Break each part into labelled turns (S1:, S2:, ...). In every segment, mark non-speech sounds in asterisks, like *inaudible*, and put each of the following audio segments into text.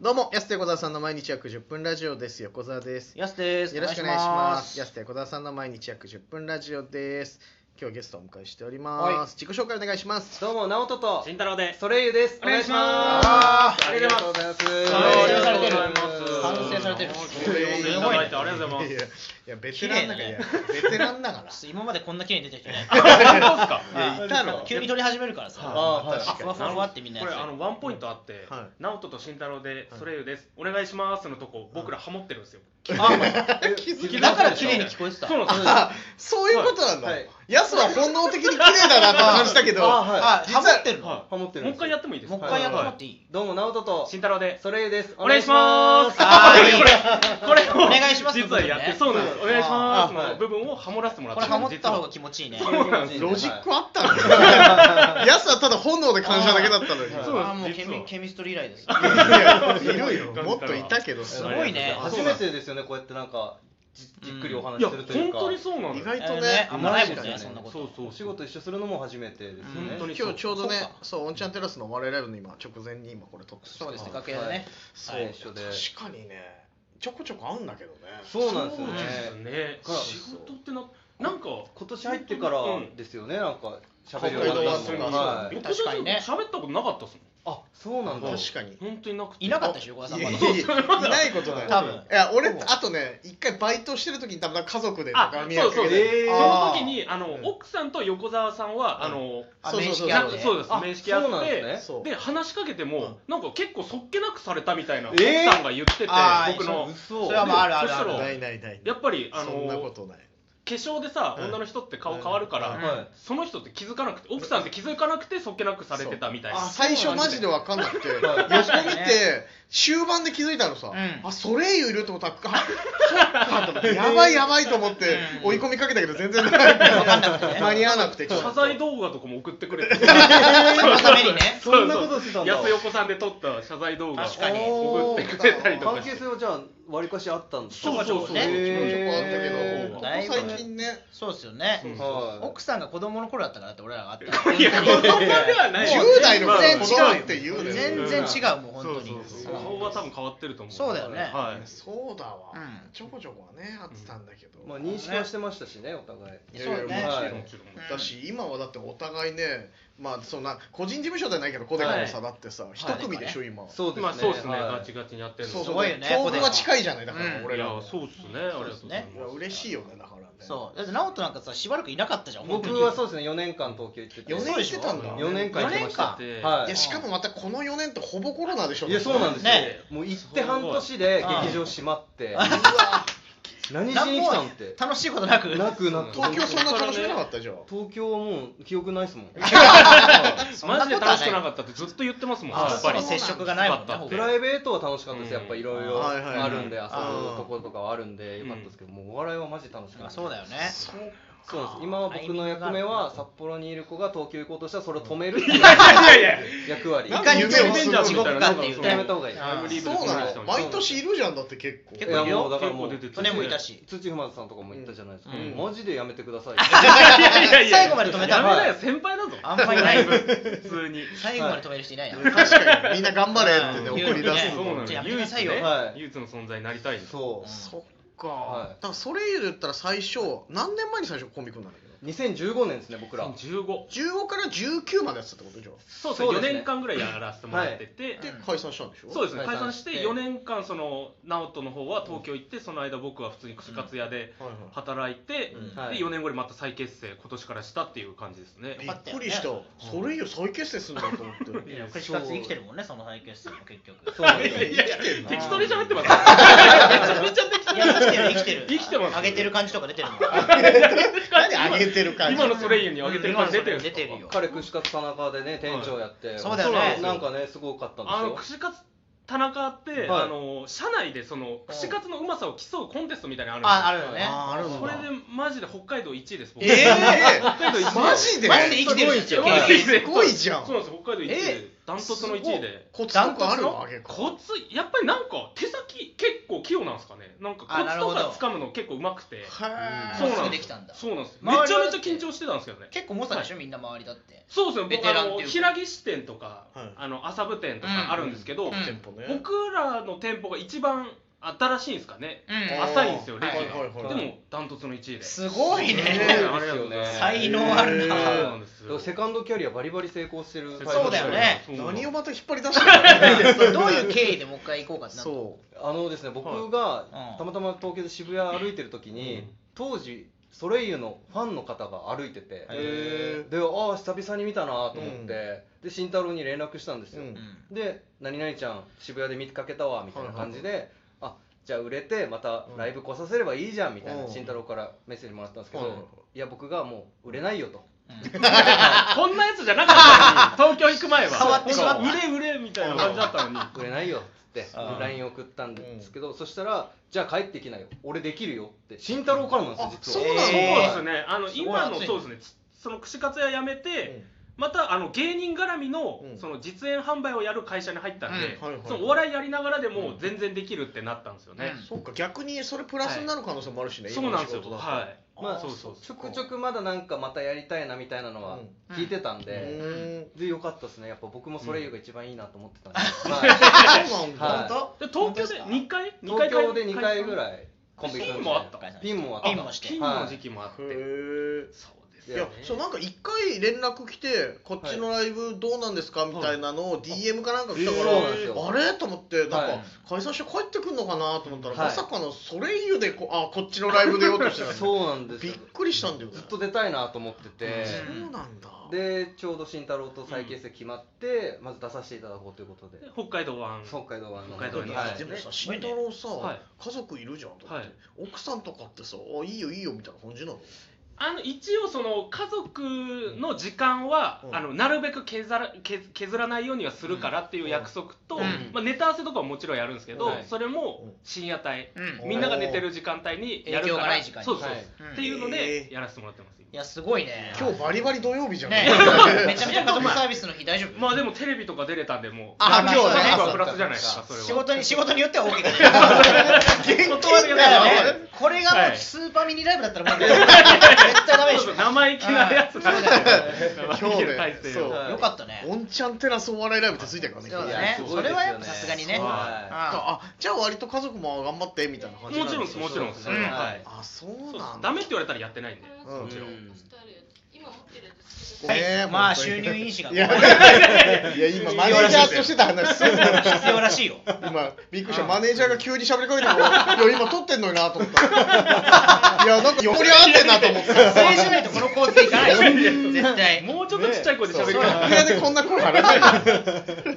S1: どうも、安手小沢さんの毎日約10分ラジオです。横澤です。よ
S2: やすです。
S1: ろしくお願いします。安手小沢さんの毎日約10分ラジオです。今日ゲストをお迎えしております。
S2: はい
S1: 自己紹介お願いします。
S2: どうも、直人と
S3: 慎、太郎です。
S2: ソレイユです。
S3: お願いし
S2: お願
S3: ま
S2: いし
S3: あ
S2: ま
S3: ー
S2: す。ありがとうございます。
S3: ありがとうございます。
S2: 賛
S1: 賛成
S2: 成
S1: さ
S2: さ
S1: れ
S2: れ
S1: て
S2: て
S1: る
S2: る。
S3: 呼んでいただいてありがとうござい
S1: い
S3: ます。
S1: やいや、ベテランだから、いやベテランだか
S4: ちょっと今までこんな綺麗に出てきてない。
S1: ら。いや、いたの。
S4: 急に撮り始めるからさ。
S1: あー確か
S4: ふ
S1: に
S4: わふわふわってみんな
S3: こ
S4: や
S3: れ
S4: って
S3: あ
S4: る。
S3: のワンポイントあって
S1: は、
S3: 直人と慎太郎でソレイユです。お願いしますのとこ僕らハモってるんですよ。
S1: 気づ
S3: の
S1: いた
S4: だから綺麗に聞こえてた。
S3: そうなんですよ。
S1: あそういうことなんだ
S2: はい。
S1: ヤスは本能的に綺麗だなって感じたけど、
S2: あはい
S4: あ、
S1: 実は
S4: ハモってるの。
S3: は
S2: ハモって
S3: い
S2: る
S3: も
S2: ん
S3: う
S2: で
S3: 一回
S2: すよ
S3: やってもいいです
S4: もう
S3: か。
S4: 一回やってもらっていい
S2: どうも、直人と、
S3: 慎太郎で。
S2: ソレイユです。
S3: お願いします。
S4: あーいい
S3: これこれを
S4: お願いしますの部
S3: 実
S4: 分
S3: は
S4: ね
S3: やってそうなんです。お願いします
S2: あ
S3: の
S2: はい
S3: 部分をハモらせてもらっ
S4: こ
S3: て
S4: れ
S3: る。
S4: ハモった方が
S3: 実
S4: 気持ちいいね。
S3: そうなんです
S1: ロジックあったの *laughs* かヤスはただ本能で感じただけだったのに。
S2: はい
S3: そう
S4: あーもう
S3: 実
S4: ケ
S3: は
S4: ミケミストリー以来です。
S1: いやいるよ。もっといたけど、
S4: すごいね
S1: あ
S2: 初めてですよね、こうやってなんか、じじっくりお
S3: は
S2: 話
S3: いや
S2: しするとい
S3: 本
S2: うか。
S3: 当にそうなん
S1: 意
S3: です。
S1: 外と
S4: え
S1: ね
S4: ーね、
S1: あ
S4: あ
S1: ん
S4: ん
S1: ま
S4: ま
S1: な
S4: ないい
S1: も
S4: も
S1: ん
S4: ん
S1: ね
S4: ね、
S1: そ
S4: そ
S1: ん
S4: ん
S1: なこと。
S4: なこと。
S3: そうそう
S2: お仕事一緒するのも初めてですよね
S3: 本当。に
S1: 今日ちょうどね
S4: そうか、
S1: そう、オンチャンテラスの我々ライブの今、直前に今これ撮って
S4: そうですね、
S1: はい
S4: 楽屋でね。
S1: そう、
S2: はい一緒で
S1: 確かにね、ちょこちょこあんだけどね。
S2: そうなんですよ
S3: そうです
S2: ね。
S3: ね。
S2: はい
S3: 仕事ってななんか。
S2: 今年入ってから
S3: うん
S2: ですよね、なんか、喋
S1: 北
S2: る
S1: 海
S2: ように
S1: 道
S2: な
S1: はそ
S2: った
S1: うか
S2: のがはい
S3: 僕
S4: 確かにね
S3: 喋ったことなかったっすもん。
S2: あ、そうなんだ。
S1: 確かに。
S3: 本当になくて。
S4: いなかったでしょ、横田さん
S1: い
S4: ま
S1: やい
S4: だ。
S1: やいやいないことだよ。
S4: 多分
S1: いや、俺、
S4: ほぼ
S1: あとね、一回バイトしてる時に多分家族でと
S3: あ
S1: か、見
S3: そうそう。そ
S1: で
S3: の時にあ
S1: う
S3: の
S1: ん
S3: 奥さんと横澤さんはあの
S4: あ
S1: そうそうそう
S4: 面識
S3: な
S4: ある
S3: んか
S4: ね。
S3: そうです
S2: あ
S3: 面識あっ
S2: そうなんで
S3: て
S2: すね
S1: そう
S3: で話しかけてもなんか結構そっけなくされたみたいな
S2: え
S3: 奥
S2: ー
S3: さんが言ってて
S4: あー
S3: 僕の
S2: 嘘
S4: それはまああるあるあ
S3: そ
S4: る
S3: う。
S1: ないないない。
S3: やっぱりあ
S1: そんなこ
S3: の化
S1: とない。
S3: 粧でさ
S1: うん
S3: 女の人って顔変わるか
S1: うん
S3: ら
S2: はい
S3: その人って気づかなくて奥さんって気づかなくてそっけなくされてたみたいな
S1: あ最初マジで分かんなくて横
S2: はい
S1: 見て終盤で気づいたのさ、
S4: うん
S1: あソレイユいるってことはかそっかと思ってやばいやばいと思って
S4: うん
S1: 追い込みかけたけど全然間
S4: なくてね
S1: に合わなくて
S3: 謝罪動画とかも送ってくれて
S4: そのためにね。
S2: そんなことしてたんだ
S3: 安横さんで撮った謝罪動画
S4: 確かに
S3: 送ってくれたりとか
S2: 関
S3: して
S2: 係性はじゃあわりかしあったんですか
S3: そうそうそう
S4: ね
S1: ち
S2: へ
S1: ょ
S2: ー
S1: こちょこあったけどここ最近ね
S4: そうですよね
S3: そう。
S2: はい
S4: 奥さんが子供の頃だったからだって俺らがあった。
S3: *laughs* いや、子供ではない。
S1: 10代の
S3: まあ
S1: 全
S3: 子
S1: 然
S3: 供
S1: 違うって言うね
S4: 全然違うもん本
S3: そう
S4: 当
S3: そう
S4: に。
S3: そう顔は多分変わってると思う。
S4: そうだよね
S3: はい。
S1: そうだわ、
S4: うん
S1: ちょこちょこはねあってたんだけど、
S2: まあ認識はしてましたしねお互い
S4: そうだよね。
S2: はい
S3: もちろん。
S1: だし今はだってお互いねまあそんな個人事務所じゃないけどコデカもさ、だってさ一組でしょ今、
S2: そうですね
S3: まあ、そうですね。
S2: はい
S3: ガチガチにやってるの。
S1: そう
S4: す
S1: そう
S4: ごいよね
S1: 境遇
S4: コデ
S1: が
S4: カ
S1: 近いじゃないだから、
S4: うん
S1: 俺
S3: い
S1: ら
S3: や
S1: は、
S3: そうっすね。ありがとうござい
S1: いや
S3: ます。
S1: 嬉しいよねだからね
S4: そう。だって直人なんかさしばらくいなかったじゃん。本当
S2: 僕
S4: に
S2: はそうですね4年間東京行ってて
S1: 4年行ってたんだ
S2: 4年間行ってました
S3: 四年間
S2: はい
S1: やしかもまたこの4年ってほぼコロナでしょ
S2: いやそうなんですよ
S4: ね
S2: もう行って半年で劇場閉まって
S1: うわ
S2: 何しに来た
S1: *laughs*
S2: んって
S4: 楽しいことなく
S2: なくなく
S1: 東京そんな楽しめなかったじゃん
S2: 東京はもう記憶ないですもん
S4: そんな
S3: マ
S4: こ
S3: ジ
S4: と
S3: で
S4: は
S3: 楽しくなかったってずっと言ってますもん。
S4: あ
S3: やっぱり。
S4: そう接触がないもんね
S3: かったっ
S2: プ
S3: て
S4: ほぼ
S2: ライベートは楽しかったですやっぱいろいろ
S1: はいはいはい
S2: あるんで遊ぶ
S1: あー
S2: とことかはあるんでよかったですけどもうお笑いはマジで楽しかった
S4: あそうだよね
S1: そう
S2: そうなんです今は僕の役目は札幌にいる子が東京行こうとしたらそれを止めるっていう
S3: いやいやいや。
S2: 役割
S1: なん
S4: い
S1: か
S4: かに
S1: 夢
S4: 地
S1: をす
S4: 獄か
S1: る
S4: 地獄かっていうね
S2: やめた方がいい
S4: あー
S3: リーブで
S1: そうな
S3: こんな人
S1: の
S3: も
S1: 毎年いるじゃんだって結構
S4: 結構いるよ
S2: だからもう
S3: 結構出てて
S4: 骨もいたし
S2: 土踏まずさんとかも言ったじゃないですか、
S3: うん
S2: マジでやめてください
S4: 最後まで止めた
S3: や
S4: の
S3: めなよ。先輩だぞ。
S4: あんまりない
S3: 普通に。
S4: 最後まで止める人いないな
S1: 確かにみんな頑張れってね *laughs*
S4: うん
S1: 送り出す
S3: そうな
S1: の
S3: の。
S4: ちょっとやめ
S3: 唯
S4: な
S3: 一
S4: さいよ
S3: ね
S2: はい
S3: 唯一の存在になりたい。
S2: そ
S1: そっ
S2: はい
S1: かだからそれ言ったら最初何年前に最初コンビ組んだんだけど
S2: う2015年ですね
S3: *laughs*
S2: 僕ら
S3: 15。
S1: 15から19までやってたってことじゃん
S3: そうですね。
S2: そ
S3: 4
S2: うですね
S3: 年間ぐらいやらせてもらってて。
S1: で解散したんでしょ
S3: そうですね
S2: 解
S3: 解散
S2: 散し
S3: してて4年間その直人の方は東京行ってその間僕は普通に串カツ屋で
S1: はいはい
S3: 働いて、
S4: うん
S2: はい
S3: で4年後にまた再結成今年からしたっていう感じですね
S1: びっくりしたそれ以上再結成するんだと思って
S4: いや串カツ生きてるもんねその配給室も結局
S2: そうなん
S3: い
S2: です
S3: やいやいや適当に喋ってます
S4: いや生きてる生きてる
S3: 生きてます
S4: 上げてる感じとか出てるもん
S1: 何上げてる感じ
S3: 今のソレイユに上げてる感じ出てるん
S4: 出
S3: ですか
S4: てるよ
S2: 彼串カツ田中でね店長やって、
S4: そうだよね
S2: なんかねすごかったんです
S3: あ
S2: よ
S3: の串カツ田中って、
S2: はい
S3: あの社内でその串カツのうまさを競うコンテストみたいなの
S4: ああ
S3: あるん
S4: るよね
S1: あーある
S3: です
S1: ん
S3: よこれ
S1: だ
S3: でマジで北海道1位です僕
S1: ええ
S3: 北海道1位
S1: マジで
S4: マジで生きてるんですよ
S3: マジで
S1: えすごいじゃん
S3: そうなんです北海道1位でダントツの1位で
S1: コツとかあるのげ
S3: コツやっぱりなんか手先結構器用なんですかねなんかコ
S4: あな
S3: ツ
S4: る
S3: と
S4: ほど
S3: か掴むの結構うまくて
S1: は
S3: そう
S4: す
S3: な
S4: ぐ
S3: ん
S4: で
S3: で
S4: き
S3: す
S4: たんだ
S3: そうなんですめ
S4: 周りは
S3: ちゃめちゃ緊張してたんですけどね
S4: 結構猛者でしょみんな周りだって
S3: そうですね
S4: ベ
S3: 僕
S4: テ
S3: あ
S4: ランって
S3: の
S4: いうか
S3: 平岸店とか
S1: はい
S3: あの麻布店とかあるんですけど
S4: うん
S1: 店舗ね
S3: 僕らの店舗が一番新しいんですかね、
S4: うん
S3: 浅いんですよ、歴が、
S1: はいはいはい
S3: でも、ダントツの1位で、
S4: すごい
S3: あり
S4: ね
S3: がとうございます
S4: 才能あるな
S3: そう
S1: へー
S3: なんです
S2: だから
S3: よ
S2: セカンドキャリアバリバリ成功してるタイプ
S4: そうだよね
S3: そう
S1: 何をまた引っ張り出したの
S4: それ *laughs* どういう経緯でもう一回行こうかってなったの
S1: そ
S2: あのですね僕
S4: はいう
S2: が
S4: ん
S2: たまたま東京で渋谷歩いてる時に、
S3: うん
S2: 当時ソレイユのファンの方が歩いてて、
S1: へー
S2: でああ久々に見たなと思って、
S1: うん
S2: で慎太郎に連絡したんですよ、
S1: うん
S4: うん
S2: で「何々ちゃん渋谷で見かけたわ」みたいな感じで「あじゃあ売れてまたライブ来させればいいじゃん」みたいな、
S1: うん
S2: 慎太郎からメッセージもらったんですけど、
S1: うん
S2: いや僕がもう売れないよと。
S3: こんなやつじゃなかった
S4: *laughs*
S3: のに、東京行く前は、
S4: 変わってしまった
S3: 売れ売れみたいな感じだったのに、
S2: 売れないよっつって
S4: うん
S2: LINE 送ったんですけど、そしたら「じゃあ帰ってきなよ俺できるよ」って慎太郎からなんですよ実
S1: あ
S2: は
S1: そうなんだ
S3: そう
S4: えー
S3: ですね、あの
S4: すごい
S3: 今
S4: 熱
S3: の
S4: いね
S3: そうですね、つその串カツ屋辞め
S1: う
S3: て、またあの芸人絡みの
S1: うん
S3: その実演販売をやる会社に入ったんで
S1: うんはいはい、
S3: そのお笑いやりながらでも全然できるってなったんですよね
S4: うん。
S1: そっか逆にそれプラスになる可能性もあるしね、
S3: そうなんですよ。
S1: 今の仕事だと
S3: はい。
S2: まあ
S3: そうそう
S2: ちょくちょくまだなんかまたやりたいなみたいなのは
S4: うん
S2: 聞いてたん
S1: う
S2: で、
S1: ーん
S2: でよかったですねやっぱ僕もソレイユが一番いいなと思ってたんで、まあ
S1: そうなんだ、
S2: はい
S1: 本
S3: で東京
S4: 本当で
S3: です
S4: か
S3: 2回、二
S2: 東
S3: 回
S2: 京で2回ぐ
S3: い。
S2: らいコンビ組ん
S3: ピ
S2: で
S3: ンもあった。
S2: ピンもあった
S4: ピンもして
S3: ピンの時期もあって
S1: 当。へえ
S3: そうで
S1: い
S3: す
S1: や
S3: よね。
S1: そうなんか一回連絡来てこっちのライブどうなんですかみたいなのを DM かなんか来たから、
S2: そうなんですよ
S1: あれと思ってなんか、
S2: はい
S1: 解散して帰ってくんのかなと思ったら、
S2: はい
S1: まさかのソレイユでこあこっちのライブ出ようとしてたね
S2: そうなんです
S1: びっ
S2: よ
S1: くりしたんだよね
S2: ずっと出たいなと思ってて、
S1: そうなんだ
S2: でちょうど慎太郎と再結成決まって、まず出させていただこうということで
S3: で北海道湾。
S2: 北海道はあの
S3: 北海道に
S2: は
S3: はい
S2: い
S1: でもさ
S4: すご
S1: 慎
S4: いね
S1: 太郎さ、
S3: はい
S1: 家族いるじゃんだって、
S3: はい
S1: 奥さんとかってさあいいよいいよみたいな感じなの
S3: あの一応その家族の時間は、
S1: うん
S3: あのなるべく削ら削削らないようにはするからっていう約束と、
S4: うん
S3: まあ、ネタ合わせとかももちろんやるんですけど、
S2: はい
S3: それ
S1: う
S3: も
S1: ん
S3: 深夜帯、
S4: うん
S3: みんなが寝てる時間帯にや
S4: 影
S3: るから
S4: 響がない時間に
S3: そうそうそう、
S2: はい
S4: うん
S3: っていうの
S1: へ
S3: で
S1: ー
S3: やらせてもらってます今
S4: いやすごいね
S1: 今日バリバリ土曜日じゃん、
S4: ねめちゃめちゃ家族サービスの日大丈夫
S3: まあでもテレビとか出れたんでもう
S4: あ
S3: ま
S4: 今日はね
S3: 家族はプラスじゃないですかそれは
S4: 仕事に仕事によっては OK だ
S3: 元気だ
S4: だ
S3: よ
S4: よねこれがもうスーパーミニライブだったらもう絶対ダメでし
S3: そうそう
S4: ょ
S3: 生意気なやつなんですよ
S1: 今
S3: 生意
S1: 日
S3: 気な体
S1: ね
S3: 制
S1: そう
S3: を
S2: はい
S4: よかったね
S1: オンチャンテラ *laughs* スお笑いライブってついてるからね
S4: そうだ
S2: いや
S4: ね
S2: すごいで
S4: それ
S2: すよ
S4: はやっぱさすがにね
S3: は
S4: ああ
S1: あじゃあ割と家族も頑張ってみたいな感じ
S3: もちろんです
S1: そう
S3: もちろんです
S2: そう
S4: ですね
S3: はい
S1: あそう
S3: そう
S1: なんだ
S3: ダメって言われたらやってないんで
S1: うん
S3: もちろん
S5: 今持ってるやつ
S1: ごめん
S4: はいまあ収入因子が
S1: いやいや今マネージャーとしてた話すんな
S4: 必要らしいよ
S1: 今びっくりしたマネージャーが急に喋りかけてもいや今撮ってんのになと思ったいやなんか横に合ってんなと思った
S4: *laughs* それしないとこの構成いかないでしょ絶対
S3: もうちょっとちっちゃい声で喋る
S1: そ
S3: か
S1: う
S3: ら
S1: 楽屋でこんな声張らない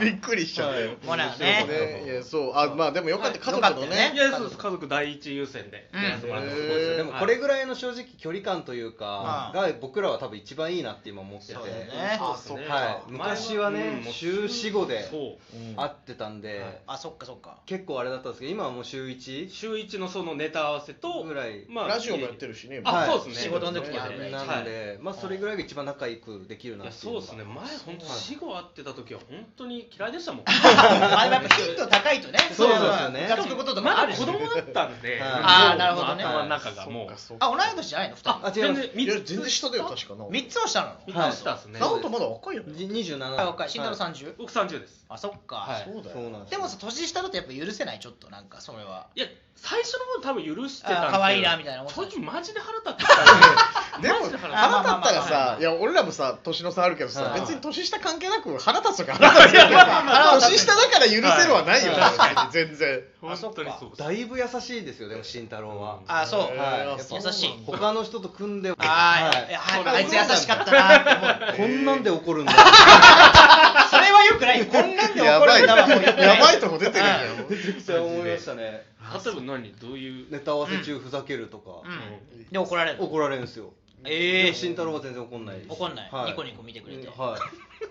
S1: びっくりしちゃったよ
S4: ほらね
S1: ねいやそうあまあでもよかった家
S4: よかっ
S1: 族の
S4: たよ
S1: ね
S4: ね
S3: いやそうです家族第一優先でやらせてもらってます
S1: うん
S3: すごいですよ
S2: でもこれぐらいの正直距離感というか、
S4: は
S2: が僕らは多分一番いいなって今思ってて、
S4: そうだよね
S1: あ
S3: そ
S1: そうっ
S3: ですね
S2: は
S1: か
S2: い、昔は
S3: 前は
S2: ね、
S3: うん
S2: 週4、5で
S3: そう
S2: 会ってたんで、
S3: はい
S4: あそっかそっか
S2: 結構あれだったんですけど、今はもう週 1?
S3: 週一のそのネタ合わせと
S2: ぐらい
S3: まあ
S1: ラジオもやってるしね
S3: あ、
S2: はい
S3: そうですね
S4: 仕事の時もや
S3: や
S4: るね
S2: なんで、まあそれぐらいが一番仲良くできる
S3: い
S2: な
S3: や
S2: ってい
S3: そうう
S2: の
S3: です
S2: が
S3: ね前本当死後会ってた時は本当に嫌いでしたもん
S4: まあでもやっぱ頻度高いとね
S2: そうなんですよね
S4: ムカつくことと
S3: ま
S4: かあ
S3: だ
S4: るし
S3: 子供だったんで
S2: はい
S4: あーなるほどね
S3: もう頭の中がもう
S1: そう
S4: あ
S1: か
S4: 同い年じゃないの二人
S2: あ違い
S3: 全
S2: ます
S3: 然
S1: いや
S3: 3
S1: 全然下だよ確かな
S4: 三つも下なの
S3: つ
S2: はい
S3: 下ですね
S2: な
S1: 直人まだ若いよね
S2: じ27
S4: あ若い慎太郎
S2: ん、
S4: さん十
S3: 僕30です
S4: あそっ
S3: は
S4: か
S3: い
S1: そうだ
S2: そう
S1: よ
S2: なんです
S4: で
S2: よ
S4: もさ年下だとやっぱ許せないちょっとなんかそれはい
S3: や最初の方多分許してたんですけ
S4: あ
S3: ど
S4: 可愛いなみたいな思って
S3: 途
S4: た
S3: 中マジで腹立ってたん
S1: でも
S3: マジ
S1: 腹立
S3: で腹立って
S1: ったら
S4: まあまあまあまあ
S1: さいや俺らもさ年の差あるけどさ
S2: はい
S1: 別に年下関係なく腹立つとか腹立つよ年下だから許せるはないよ別に全然
S3: た本当にそうです
S2: だいぶ優しいですよ、でも慎太郎は。
S4: あそう
S1: へー
S2: はい
S1: あ
S2: 優
S1: そうなんだ
S4: しい
S2: 他の人と組んで、
S4: あ
S2: は
S4: ー
S2: い
S4: いややっぱあいつ優しかったなって思う
S2: こんなんで怒るんだ。
S4: それはよくないよこんなんで
S1: や
S4: 怒
S1: ば
S4: る
S1: い
S4: んだわもうよくない
S1: やばいとこ出てる
S2: めちゃくちゃ思いましたね。
S3: 例えば何どういう
S2: ネタ合わせ中ふざけるとか
S4: う、
S1: うん
S4: んで怒られる
S2: 怒られるんですよ。
S4: え
S2: でも慎太郎は全然怒んないです。
S4: 怒んない
S2: は
S4: ニコニコ見てくれて
S2: は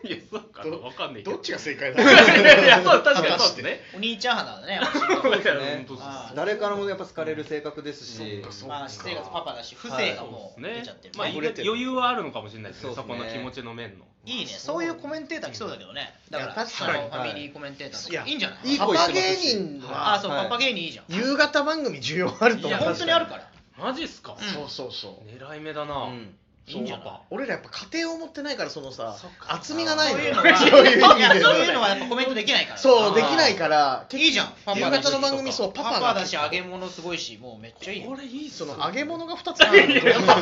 S2: い。
S3: いやそうかなわかんない
S1: じゃんど
S3: けど
S1: っちが正解だろう
S3: いやいやそう確かにそうですね
S4: お兄ちゃん派なんだね
S3: そうですね
S2: ね誰からもやっぱ好かれる性格ですし、
S1: そう
S4: まあ私生活パパだし不正がもう出ちゃってる
S3: まあ
S4: ね
S1: い
S3: 余裕はあるのかもしれないですね
S2: そ
S3: そう
S2: です
S3: こ
S2: ね
S3: の気持ちの面の
S4: いいねそういうコメンテーター来そうだけどねだか
S1: い
S4: ら
S1: や
S4: そ
S1: 確
S4: の
S1: か
S4: フ
S1: に
S4: ァミリーコメンテーターと
S1: い
S4: か
S1: や
S4: いいんじゃない
S2: いい
S1: パ
S2: 声し
S1: パ
S2: て
S1: 芸
S2: ますし
S1: 人
S4: あ
S1: は
S4: そう
S2: はい
S4: パパ芸人いいじゃん
S1: 夕方番組需要あると
S3: い
S1: 思
S3: や
S1: う
S4: 本当にあるから
S3: マジっすか
S1: そうそうそう
S3: 狙い目だな
S2: うん
S4: いいんじゃない
S1: 俺らやっぱ家庭を持ってないからそのさ
S3: そっか
S1: 厚みがない
S4: そう
S1: の
S4: いう
S1: よ
S4: のは、
S1: そういう意
S4: い
S1: 味
S4: や
S1: で
S4: そういうのはやっぱコメントできないから。
S1: そう
S3: あー
S1: できないから
S4: いいじゃん。パ
S1: 夕
S4: パだし
S1: 方の番組そうパ
S4: パ
S1: パが
S4: パだし揚げ物すごいし、もうめっちゃいいよ。
S3: これいいっす
S1: そ
S3: ね
S1: の揚げ物が2つあるのよ
S3: いろんな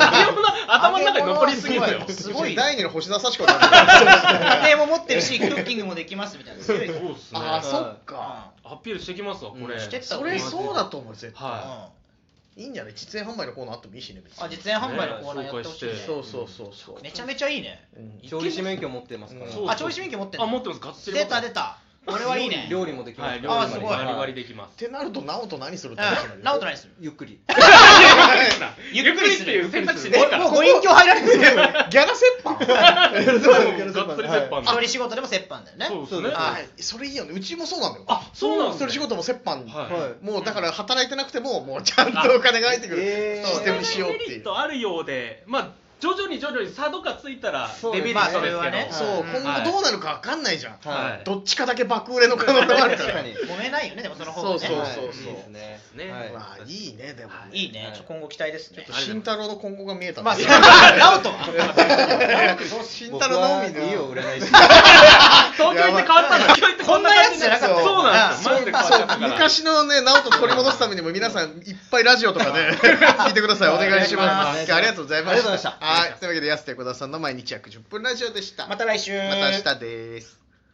S3: 頭の中に残りすぎるよ
S4: 揚げ物はすごい
S1: *laughs* 第二の星田幸子なんだよ
S4: 家庭も持ってるし、クッキングもできますみたいな。強い
S3: そうっすね
S1: ああそっか
S3: アピールしてきますわこれ、
S2: うん
S4: してった
S1: それそうだと思う絶対う
S3: は
S1: んいいんじゃない実演販売のコーナーあってもいいしね別
S4: あ、実演販売のコーナーやってほしいね
S3: ね。
S1: そうそうそうそう
S4: めちゃめちゃいいね。
S1: うん
S2: 調理師免許持ってますから、
S1: うん
S3: い、
S1: そう
S4: あ、調理師免許持ってん
S3: あ
S4: の
S3: 持ってますがっつり持
S4: 出
S3: ってま
S4: た
S3: す
S4: 出た。俺はいいね。
S2: 料理もできま
S3: は
S2: す
S3: い
S2: か
S3: 料
S2: ら、
S4: あ
S3: 理ま
S4: ー
S3: です
S4: ごい
S3: バリバリできま
S1: っ
S3: す
S1: てなると直人何すると思う
S4: うん。なおと何する
S2: ゆっくり
S4: ゆっくりする
S3: ゆっくりっていう選択肢
S4: も
S3: ね
S4: うもうご隠居入られてる。
S1: ギャラ折半
S3: うがっつり折半
S4: 一人仕事でも折半だよね。
S3: そうですね
S1: あそれいいよねうちもそうなんだよ
S3: あそうなんですね
S1: それ仕事も折半
S3: は
S1: もうだから働いてなくてももうちゃんとお金が入ってくる
S2: あえー
S1: システムにしようって
S3: メ
S1: い
S3: リ
S1: う
S3: ットあるようでまあ徐々に徐々に差とかついたら
S2: そう
S3: デメリットですけど、
S4: まあそれはね
S1: そう
S4: うん
S1: 今後どうなるか分かんないじゃん
S3: はい
S1: どっちかだけ爆売れの可能性もあるか
S2: 確からに
S4: 揉めないよね、でもその方がね。
S1: そうそうそう
S2: はいいいですね
S3: ね
S2: はい
S1: まあ *laughs* いいねでもね
S4: いいね、ちょっと今後期待ですね。
S1: 慎太郎の今後が見えたね
S4: *laughs* まあ、ナオトは。
S1: 慎
S2: 僕
S1: 太郎の
S2: は
S1: み
S2: いいよ売れないし
S3: 東京行って変わったの東京行って
S4: こんなやつじゃなかったよ
S3: そうなんですよマジで変わっちゃったから
S1: 昔のね直人取り戻すためにも皆さんいっぱいラジオとか *laughs* ね聞いてくださいお願いします
S2: お願
S1: 今
S2: いします
S1: 日ありがとうございました
S2: ありがとうございま
S1: はいというわけで安手小田さんの毎日約10分ラジオでした
S4: また来週。
S1: また明日です